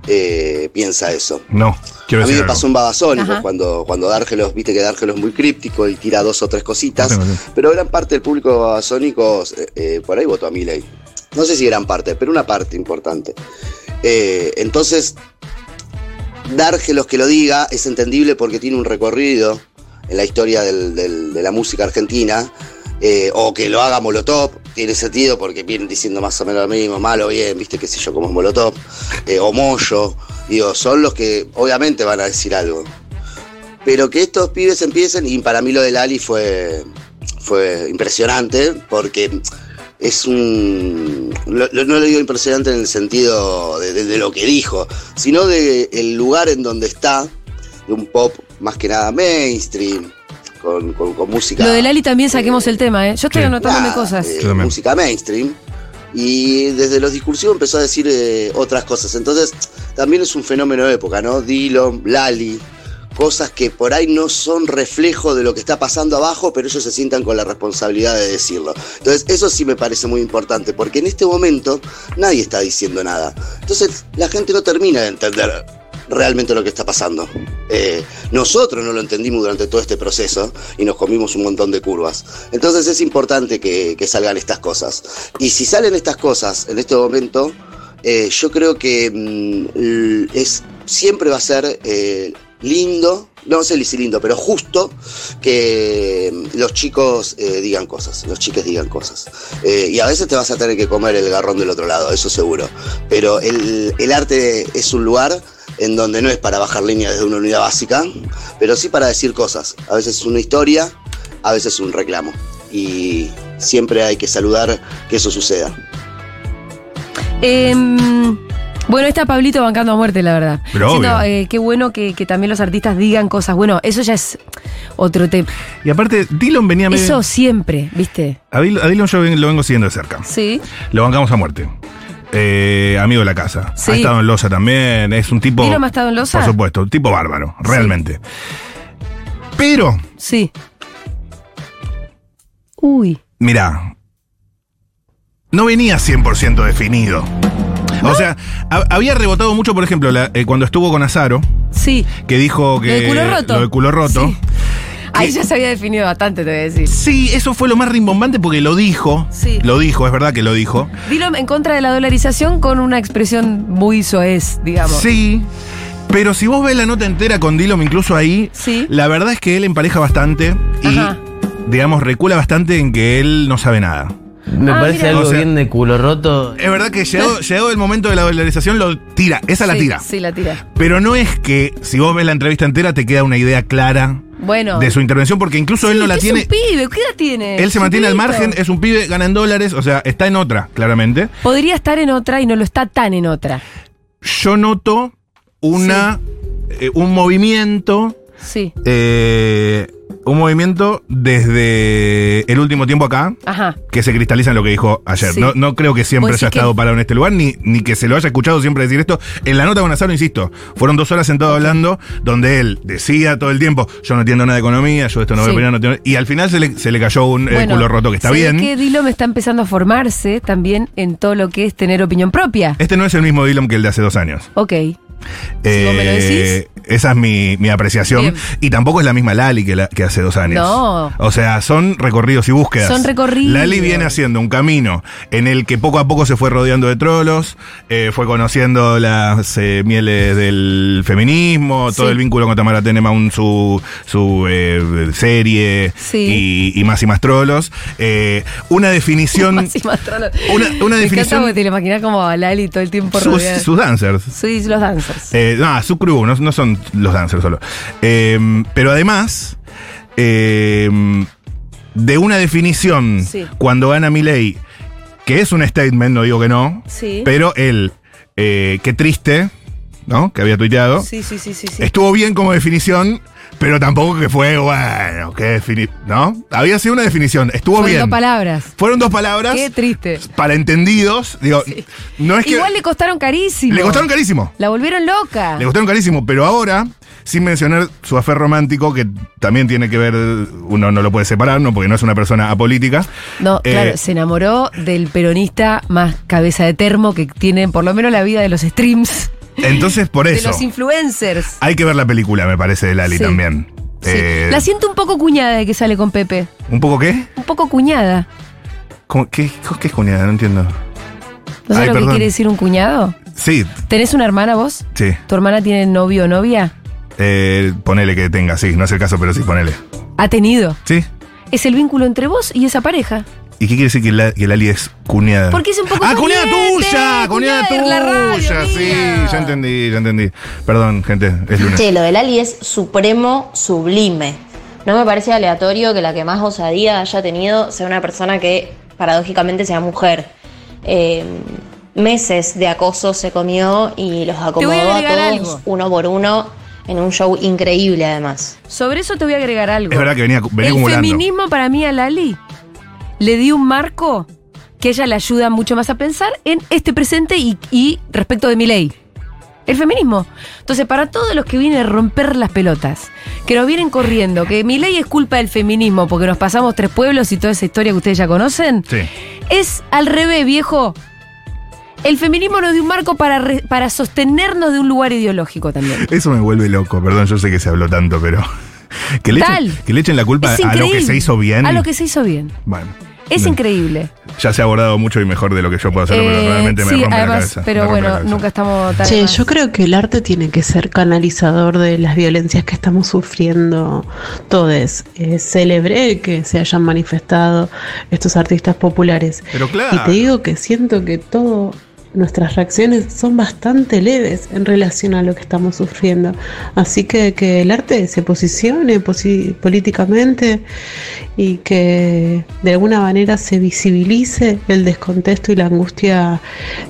S7: eh, piensa eso.
S2: No, quiero
S7: A mí
S2: decir.
S7: me
S2: algo.
S7: pasó en Babasónicos
S1: Ajá.
S7: cuando, cuando Dárgelos, viste que Dárgelos es muy críptico y tira dos o tres cositas,
S2: No tengo tiempo.
S7: pero gran parte del público de Babasónicos eh, eh, por ahí votó a Milei. No sé si gran parte, pero una parte importante. Eh, entonces, Dárgelos que lo diga es entendible porque tiene un recorrido en la historia del- del- de la música argentina, eh, o que lo haga Molotov, tiene sentido porque vienen diciendo más o menos lo mismo, malo, bien, viste, qué sé yo, como es Molotov, eh, o Moyo, digo, son los que obviamente van a decir algo. Pero que estos pibes empiecen, y para mí lo del Ali fue, fue impresionante, porque es un. lo- lo- no lo digo impresionante en el sentido de, de- de lo que dijo, sino del lugar en donde está, de un pop más que nada mainstream, con, con- con música.
S1: Lo del Ali también saquemos el tema, ¿eh? Yo estoy
S2: Sí.
S1: anotándome
S7: Nada,
S1: cosas.
S7: eh,
S2: Yo también.
S7: música mainstream. Y desde los discursivos empezó a decir eh, otras cosas. Entonces, también es un fenómeno de época, ¿no? Dylan, Lali, cosas que por ahí no son reflejo de lo que está pasando abajo, pero ellos se sientan con la responsabilidad de decirlo. Entonces, eso sí me parece muy importante, porque en este momento nadie está diciendo nada. Entonces, la gente no termina de entender realmente lo que está pasando. Eh, nosotros no lo entendimos durante todo este proceso y nos comimos un montón de curvas. Entonces es importante que, que salgan estas cosas. Y si salen estas cosas en este momento, eh, yo creo que mm, l- es, siempre va a ser eh, lindo, no sé si lindo, pero justo que mm, los chicos eh, digan cosas, los chiques digan cosas. Eh, y a veces te vas a tener que comer el garrón del otro lado, eso seguro. Pero el, el arte es un lugar en donde no es para bajar líneas desde una unidad básica, pero sí para decir cosas. A veces es una historia, a veces un reclamo. Y siempre hay que saludar que eso suceda. eh.
S1: Em, bueno, está Pablito bancando a muerte, la verdad.
S2: Pero
S1: Diciendo,
S2: obvio.
S1: eh, qué bueno que, que también los artistas digan cosas. Bueno, eso ya es otro tema.
S2: Y aparte, Dylan venía medio.
S1: Eso siempre, ¿viste?
S2: A Dylan, a Dylan yo ven- lo vengo siguiendo de cerca.
S1: Sí.
S2: Lo bancamos a muerte. Eh, amigo de la casa.
S1: Sí.
S2: Ha estado en Loza también. Es un tipo.
S1: ¿Dylan ha estado en Loza?
S2: Por supuesto, un tipo bárbaro, realmente. Pero,
S1: Sí. Uy.
S2: mirá. No venía 100% definido. O sea, ha- había rebotado mucho, por ejemplo, la- eh, cuando estuvo con Azaro,
S1: Sí.
S2: que dijo que.
S1: Lo del culo roto.
S2: Lo del culo roto.
S1: Sí. Ahí ya se había definido bastante, te voy a decir.
S2: Sí, eso fue lo más rimbombante porque lo dijo.
S1: Sí.
S2: Lo dijo, es verdad que lo dijo.
S1: Dilo en contra de la dolarización con una expresión muy soez, digamos.
S2: Sí. Pero si vos ves la nota entera con Dillom, incluso ahí,
S1: Sí.
S2: la verdad es que él empareja bastante y,
S1: Ajá.
S2: digamos, recula bastante en que él no sabe nada.
S8: Me
S1: Ah,
S8: parece
S1: mira.
S8: algo
S2: O sea-
S8: bien de culo roto.
S2: Es verdad que llegó, llegó el momento de la dolarización, lo tira, esa la
S1: Sí,
S2: tira.
S1: Sí, la tira.
S2: Pero no es que si vos ves la entrevista entera te queda una idea clara
S1: Bueno.
S2: de su intervención, porque incluso él no
S1: Sí,
S2: la
S1: que
S2: tiene.
S1: Es un pibe, ¿qué edad tiene?
S2: Él se mantiene al
S1: Chiquitito.
S2: margen, es un pibe, gana en dólares, o sea, está en otra, claramente.
S1: Podría estar en otra y no lo está tan en otra.
S2: Yo noto una, eh, un movimiento
S1: Sí.
S2: eh, un movimiento desde el último tiempo acá
S1: Ajá.
S2: que se cristaliza en lo que dijo ayer.
S1: Sí.
S2: No, no creo que siempre
S1: Vos
S2: haya
S1: decís que-
S2: estado parado en este lugar, ni, ni que se lo haya escuchado siempre decir esto. En la nota con Azaro, insisto, fueron dos horas sentado hablando, donde él decía todo el tiempo, yo no entiendo nada de economía, yo esto no voy a
S1: Sí.
S2: opinar, no entiendo-". Y al final se le, se le cayó un eh,
S1: Bueno,
S2: culo roto, que está
S1: se ve
S2: bien.
S1: que Dilo me está empezando a formarse también en todo lo que es tener opinión propia.
S2: Este no es el mismo Dylan que el de hace dos años.
S1: Ok. vos me lo decís.
S2: Eh, Esa es mi, mi apreciación.
S1: Bien.
S2: Y tampoco es la misma Lali que, la- que hace dos años.
S1: No.
S2: O sea, son recorridos y búsquedas.
S1: Son recorridos.
S2: Lali viene haciendo un camino en el que poco a poco se fue rodeando de trolos, eh, fue conociendo las eh, mieles del feminismo, todo
S1: Sí.
S2: el vínculo con Tamara Tenemaun, su, su eh, serie
S1: Sí.
S2: y, y más y más trolos. Eh, una definición.
S1: Más y más trono.
S2: mm. una- una
S1: Me encanta
S2: definición-
S1: porque te lo imaginas como a Lali todo el tiempo
S2: sus,
S1: rodeada.
S2: sus dancers.
S1: Sí, los dancers.
S2: Eh, no, su crew, no, no son los dancers solo. Eh, pero además, eh, de una definición,
S1: Sí.
S2: cuando gana Milei, que es un statement, no digo que no,
S1: sí.
S2: pero él, eh, qué triste, ¿no? Que había tuiteado.
S1: sí. Sí, sí, sí, sí.
S2: Estuvo bien como definición, pero tampoco que fue, bueno, qué defini- ¿no? Había sido una definición, estuvo
S1: Fueron
S2: bien.
S1: dos palabras.
S2: Fueron dos palabras
S1: Qué triste.
S2: para entendidos, digo, no es que...
S1: Igual le costaron carísimo.
S2: le costaron carísimo.
S1: La volvieron loca.
S2: Le costaron carísimo, pero ahora, sin mencionar su afer romántico, que también tiene que ver, uno no lo puede separar, ¿no? Porque no es una persona apolítica.
S1: No,
S2: Eh,
S1: claro, se enamoró del peronista más cabeza de termo que tiene por lo menos la vida de los streams,
S2: Entonces, por
S1: de
S2: eso,
S1: los influencers.
S2: hay que ver la película, me parece, de Lali
S1: Sí.
S2: también.
S1: Sí.
S2: Eh,
S1: La siento un poco cuñada de que sale con Pepe.
S2: ¿Un poco qué?
S1: Un poco cuñada.
S2: ¿Cómo- qué, qué es cuñada? No entiendo.
S1: ¿No sabes
S2: Ay,
S1: lo
S2: perdón.
S1: que quiere decir un cuñado?
S2: Sí,
S1: ¿Tenés una hermana vos?
S2: sí.
S1: ¿Tu hermana tiene novio o novia?
S2: Eh, ponele que tenga, sí. No es el caso, pero sí, ponele.
S1: Ha tenido.
S2: Sí.
S1: Es el vínculo entre vos y esa pareja.
S2: ¿Y qué quiere decir que, la, que Lali es cuñada?
S1: Porque es un poco
S2: ¡Ah, cuñada
S1: pariente,
S2: tuya! ¡Cuñada
S1: cuñada de la radio,
S2: tuya! Sí,
S1: mía.
S2: ya entendí, ya entendí. Perdón, gente, es lunes.
S8: Che, lo del Ali es supremo, sublime. No me parece aleatorio que la que más osadía haya tenido sea una persona que paradójicamente sea mujer. Eh, meses de acoso se comió y los acomodó a,
S1: agregar
S8: todos
S1: algo.
S8: uno por uno en un show increíble además.
S1: Sobre eso te voy a agregar algo.
S2: Es verdad que venía, venía
S1: el
S2: acumulando.
S1: feminismo para mí a Lali le dio un marco que ella le ayuda mucho más a pensar en este presente y, y respecto de mi ley. El feminismo. Entonces, para todos los que vienen a romper las pelotas, que nos vienen corriendo, que mi ley es culpa del feminismo porque nos pasamos tres pueblos y toda esa historia que ustedes ya conocen,
S2: Sí.
S1: es al revés, viejo. El feminismo nos dio un marco para, re- para sostenernos de un lugar ideológico también.
S2: Eso me vuelve loco, perdón, yo sé que se habló tanto, pero. Que le, echen,
S1: Tal.
S2: que le echen la culpa
S1: Es
S2: a lo que
S1: increíble.
S2: se hizo bien.
S1: A lo que se hizo bien.
S2: Bueno.
S1: Es
S2: no.
S1: increíble.
S2: Ya se ha abordado mucho y mejor de lo que yo puedo hacerlo,
S1: Eh,
S2: pero realmente me
S1: sí,
S2: rompe
S1: además,
S2: la cabeza.
S1: Pero
S2: me rompe la
S1: bueno,
S2: cabeza.
S1: nunca estamos tan.
S9: Che, yo creo que el arte tiene que ser canalizador de las violencias que estamos sufriendo todos. Eh, celebré que se hayan manifestado estos artistas populares.
S2: Pero claro.
S9: Y te digo que siento que todo nuestras reacciones son bastante leves en relación a lo que estamos sufriendo. Así que que el arte se posicione posi- políticamente y que de alguna manera se visibilice el descontexto y la angustia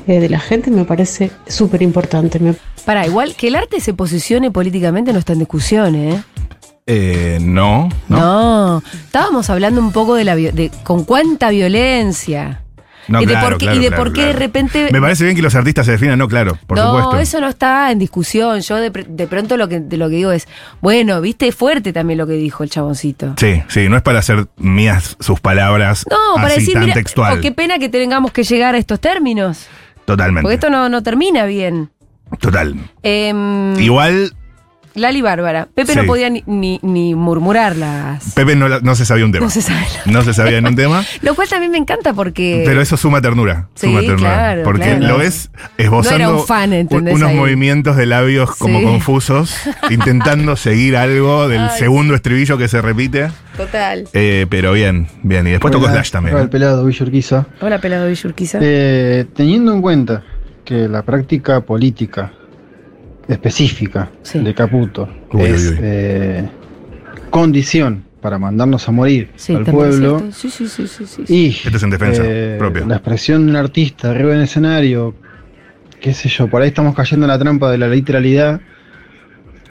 S9: eh, de la gente me parece súper importante. Me-
S1: Para, igual que el arte se posicione políticamente no está en discusión, ¿eh?
S2: Eh, no, no. No,
S1: No. Estábamos hablando un poco de la vi- de con cuánta violencia. y de
S2: claro,
S1: por qué,
S2: claro,
S1: y de,
S2: claro,
S1: por qué de
S2: claro.
S1: repente.
S2: Me parece bien que los artistas se definan, no, claro, por
S1: no,
S2: supuesto.
S1: eso no está en discusión. Yo de, pr- de pronto lo que, de lo que digo es, bueno, viste, es fuerte también lo que dijo el chaboncito.
S2: Sí, sí, no es para hacer mías sus palabras
S1: No, para
S2: así
S1: decir,
S2: tan
S1: mira,
S2: textual.
S1: oh, qué pena que tengamos que llegar a estos términos. Porque
S2: Totalmente.
S1: esto no, no termina bien.
S2: Total.
S1: Em,
S2: Igual
S1: Lali Bárbara. Pepe no
S2: Sí.
S1: podía ni, ni, ni murmurar las.
S2: Pepe no, la- no se sabía un tema.
S1: No se sabe.
S2: No se sabía en un tema,
S1: Lo cual también me encanta porque.
S2: pero eso suma ternura.
S1: Sí,
S2: suma ternura.
S1: claro,
S2: porque
S1: claro.
S2: lo ves esbozando
S1: No era un fan, ¿entendés?
S2: unos
S1: Ahí.
S2: movimientos de labios como
S1: Sí.
S2: confusos, intentando seguir algo del
S1: Ay,
S2: segundo estribillo que se repite.
S1: Total.
S2: Eh, pero bien, bien. Y después tocó
S10: Hola,
S2: Slash también.
S10: hola, El pelado Villurquiza.
S1: Hola, pelado Villurquiza.
S10: Eh, teniendo en cuenta que la práctica política específica
S1: Sí.
S10: de Caputo
S2: Uy, uy,
S10: es
S2: uy.
S10: eh, condición para mandarnos a morir
S1: Sí,
S10: al
S1: también es
S10: pueblo
S1: cierto. Sí, sí, sí, sí, sí. sí.
S10: y
S2: Esto es en defensa
S10: eh,
S2: propia.
S10: la expresión de un artista arriba del escenario, qué sé yo, por ahí estamos cayendo en la trampa de la literalidad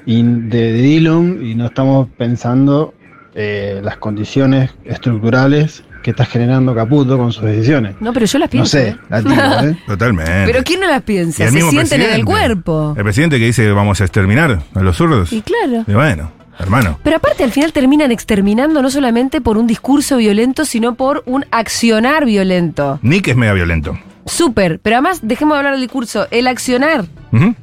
S10: y de, de Dylan y no estamos pensando eh, las condiciones estructurales que está generando Caputo con sus decisiones.
S1: No, pero yo las
S10: No
S1: pienso.
S10: sé,
S1: ¿eh?
S10: la tiro, ¿eh?
S2: Totalmente.
S1: Pero ¿quién no las piensa?
S2: Y el
S1: Se
S2: mismo
S1: sienten en el
S2: presidente.
S1: cuerpo.
S2: El presidente que dice vamos a exterminar a los zurdos.
S1: Y
S2: Y,
S1: claro.
S2: bueno, hermano.
S1: Pero aparte al final terminan exterminando no solamente por un discurso violento, sino por un accionar violento.
S2: Nick es mega violento.
S1: Súper. Pero además, dejemos de hablar del discurso. El accionar,
S2: Ujú.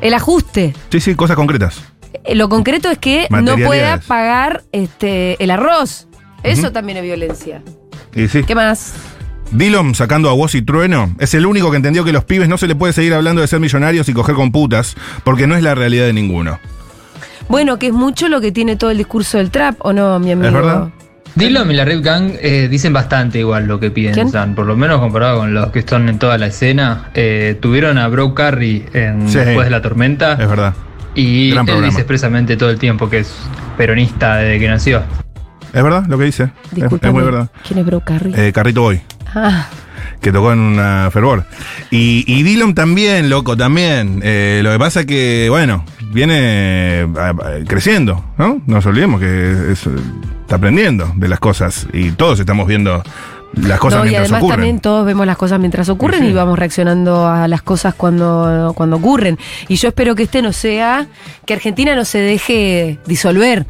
S1: el ajuste.
S2: Sí, sí, cosas concretas.
S1: Eh, Lo concreto es que no
S2: Materialidades.
S1: pueda pagar este, el arroz. Eso también es violencia.
S2: Y sí.
S1: ¿Qué más?
S2: Dillon sacando a voz y trueno es el único que entendió que los pibes no se le puede seguir hablando de ser millonarios y coger con putas, porque no es la realidad de ninguno.
S1: Bueno, que es mucho lo que tiene todo el discurso del trap, ¿o no, mi amigo?
S2: verdad.
S11: Dylan y la Red Gang eh, dicen bastante igual lo que piensan, por lo menos comparado con los que están en toda la escena. Eh, tuvieron a Bro Carry en
S2: Sí.
S11: Después de la Tormenta
S2: Es verdad.
S11: y
S2: gran
S11: él
S2: programa.
S11: dice expresamente todo el tiempo que es peronista desde que nació.
S2: Es verdad lo que dice. Es, es
S1: Disculpame,
S2: muy verdad.
S1: ¿Quién es Bro Carry?
S2: Eh, Carrito Boy,
S1: Ah,
S2: que tocó en una fervor. Y, y Dillon también, loco, también. Eh, lo que pasa que, bueno, viene eh, eh, creciendo, ¿no? No nos olvidemos que es- está aprendiendo de las cosas y todos estamos viendo las cosas
S1: no, y
S2: mientras
S1: además
S2: ocurren.
S1: también todos vemos las cosas mientras ocurren
S2: Sí, sí.
S1: y vamos reaccionando a las cosas cuando, cuando ocurren. Y yo espero que este no sea, que Argentina no se deje disolver,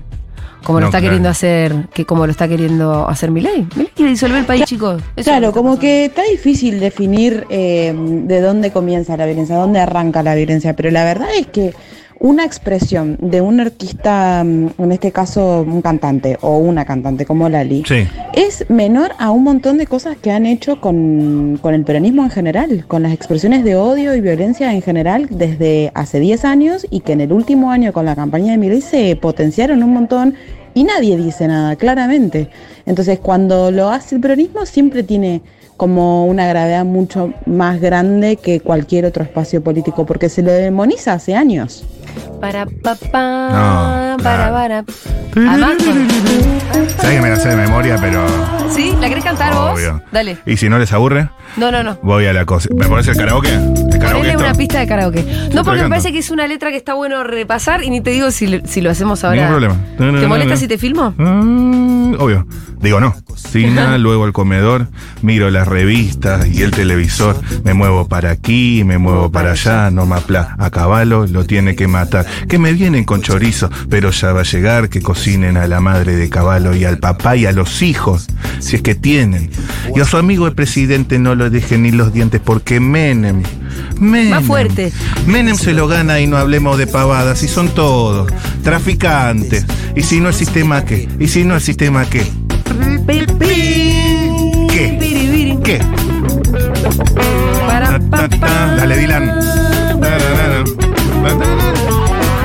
S1: como lo
S2: No,
S1: está
S2: claro.
S1: queriendo hacer, que como lo está queriendo hacer Milei. Milei quiere disolver el país, chicos. Eso es lo
S12: Claro,
S1: está
S12: como
S1: pasando.
S12: que está difícil definir eh, de dónde comienza la violencia, dónde arranca la violencia, pero la verdad es que una expresión de un artista, mm, en este caso un cantante o una cantante como Lali, es menor a un montón de cosas que han hecho con, con el peronismo en general, con las expresiones de odio y violencia en general desde hace 10 años y que en el último año con la campaña de Milei se potenciaron un montón y nadie dice nada, claramente. Entonces cuando lo hace el peronismo siempre tiene como una gravedad mucho más grande que cualquier otro espacio político, porque se lo demoniza hace años.
S1: Para papá, para para. Además,
S2: Sabes que me la sé de memoria, pero.
S1: con- ¿Sí? ¿La querés cantar
S2: Obvio.
S1: vos? Dale.
S2: Y si no les aburre,
S1: No, no, no.
S2: voy a la cosa. ¿Me pones el karaoke? ¿El karaoke
S1: Ponle
S2: esto?
S1: una pista de karaoke. No, porque
S2: canto.
S1: me parece que es una letra que está bueno repasar y ni te digo si, le- si lo hacemos ahora.
S2: Ningún problema. No, no,
S1: ¿Te
S2: no,
S1: molesta
S2: no.
S1: si te filmo?
S2: Mm, Obvio. Digo, no. Cina, luego al comedor, miro las revistas y el televisor. Me muevo para aquí, me muevo para allá. No me apla. A caballo lo tiene que matar. Que me vienen con chorizo, pero ya va a llegar. Que cocinen a la madre de caballo y al papá y a los hijos, si es que tienen. Y a su amigo el presidente no lo dejen ni los dientes porque Menem. Menem.
S1: Más fuerte.
S2: Menem se lo gana y no hablemos de pavadas, y son todos traficantes. Y si no el sistema qué, y si no el sistema qué.
S1: ¿Qué?
S2: ¿Qué? Ta, ta, ta. Dale, Dylan. Ta, ra, ra, ra. Ta, ta.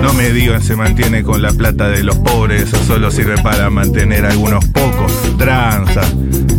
S2: No me digan se mantiene con la plata de los pobres, eso solo sirve para mantener a algunos pocos. Tranzas,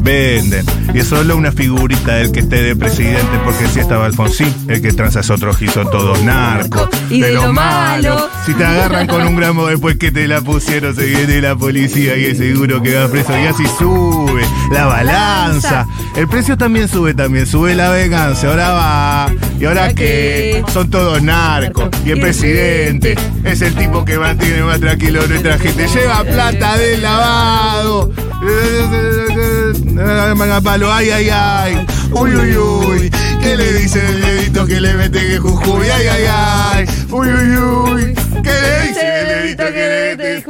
S2: venden. Y es solo una figurita del que esté de presidente, porque si estaba Alfonsín, el que tranza es otro giso, todos narcos.
S1: Y de lo malo.
S2: Si te agarran con un gramo después que te la pusieron, se viene la policía y es seguro que vas preso. Y así sube la balanza. El precio también sube, también sube la venganza. Ahora va. ¿Y ahora qué? Son todos narcos. Y el presidente es el tipo que mantiene más tranquilo a nuestra gente. Lleva plata del lavado. Palo, ay, ay, ay. Uy, uy, uy. ¿Qué le dice el dedito que le mete que jujuy? Ay, ay, ay. Uy, uy, uy. ¿Qué le dice el dedito que le mete?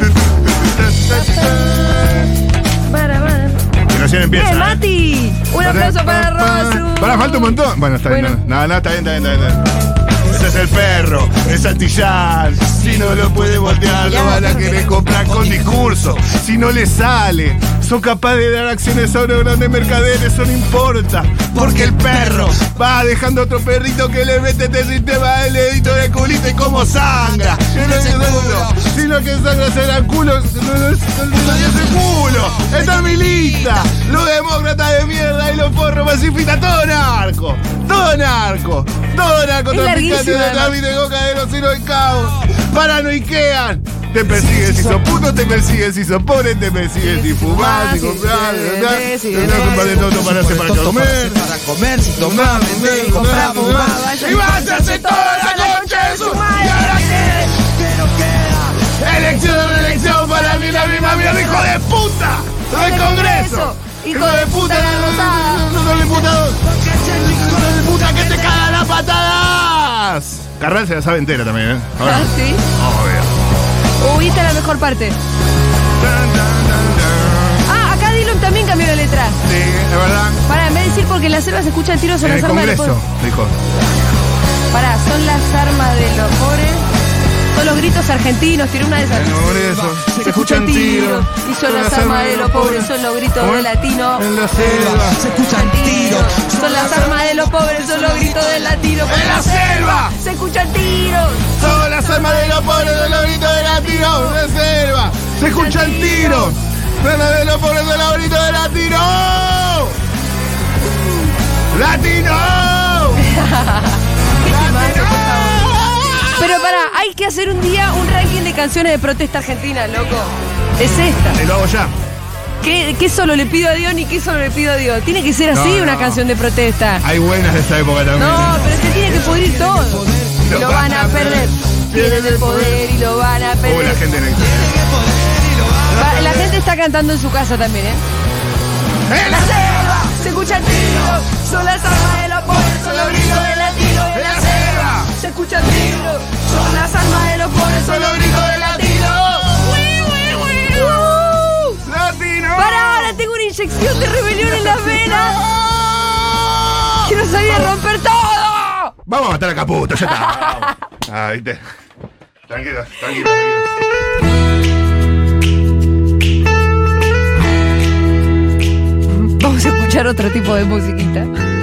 S1: Para, para.
S2: Que recién empieza.
S1: ¡Eh,
S2: ¿eh?
S1: Mati! Un aplauso para Rosu.
S2: Pará, falta un montón. Bueno, está bien. No, no, no, está bien, está bien, está bien. Ese es el perro, es Antillán. Si no lo puede voltear, lo van a querer comprar con discurso. Si no le sale, son capaces de dar acciones a unos grandes mercaderes, eso no importa. Porque el perro va dejando otro perrito que le mete este sistema del dedito de culito y como sangra. Y no es el culo. Si lo que sangra será el culo, no, no es no, no, no es el culo. Esta es mi lista. Los demócratas de mierda y los porros pacifistas, todo narco. Todo narco. Todo narco.
S13: Es
S2: Traficante
S13: larguísima,
S2: de
S13: ¿no?
S2: tráfico de coca de los hilos y caos. Paranoiquean. Te persiguen si sos puto, te persiguen si sos pobre, te persiguen si fumás, si comprás, si no compras de todo para hacer para comer, para comer, si tomás, vender, comprar, fumar.
S13: Y váyase toda la noche de su madre. ¿Y ahora qué? Elección, elección, para mí la misma mierda, hijo de puta. Del Congreso. Hijo de puta, la rotada. No le puta. Hijo de puta que te caga la patada.
S2: Carral se la sabe entera también, ¿eh? Ahora.
S1: Ah, sí.
S2: Obvio.
S1: Uy, esta es la mejor parte. Ah, acá Dylan también cambió la letra.
S2: Sí, es verdad.
S1: Para, en vez de decir porque las selvas escuchan tiros son
S2: En
S1: las
S2: el
S1: armas de los
S2: Congreso,
S1: pobres.
S13: pues.
S2: dijo.
S1: Para, son las armas de los pobres. Son los gritos argentinos, tiró una de esas.
S2: Congreso, se escuchan tiros.
S1: Y son las armas de los pobres, son los gritos de latino.
S2: En la selva se escuchan tiros.
S1: Son las armas de los pobres, son los gritos del latino.
S13: En la selva
S1: se escuchan tiros.
S13: Son las armas de los pobres, de los gritos de latino, reserva. Se escuchan tiros. Son las de los pobres, de los gritos de latino. ¡Latino!
S1: Pero pará, hay que hacer un día un ranking de canciones de protesta argentina, loco. Es esta.
S2: Te lo hago ya.
S1: ¿Qué, qué solo le pido a Dios ni qué solo le pido a Dios? Tiene que ser así
S2: No,
S1: una
S2: no.
S1: canción de protesta.
S2: Hay buenas de esta época también. ¿eh?
S1: No, pero se tiene que pudrir todo. Lo van a perder. Tienen el poder y lo van a
S2: Oh, la
S1: perder.
S2: gente en el
S1: Va- La gente está cantando en su casa también, ¿eh?
S13: En la selva
S1: se escuchan tiros. Son las armas de los pobres, son los gritos del latino.
S13: En la selva
S1: se escuchan tiros. Son las armas de los pobres, son los gritos del latino.
S13: ¡Latino!
S1: Para ahora tengo una inyección de rebelión en las venas. Quiero salir a romper todo.
S2: Vamos a matar a Caputo, ya está. Vamos. Ah, ¿viste? Tranquila, tranquila. tranquila.
S1: Vamos a escuchar otro tipo de musiquita.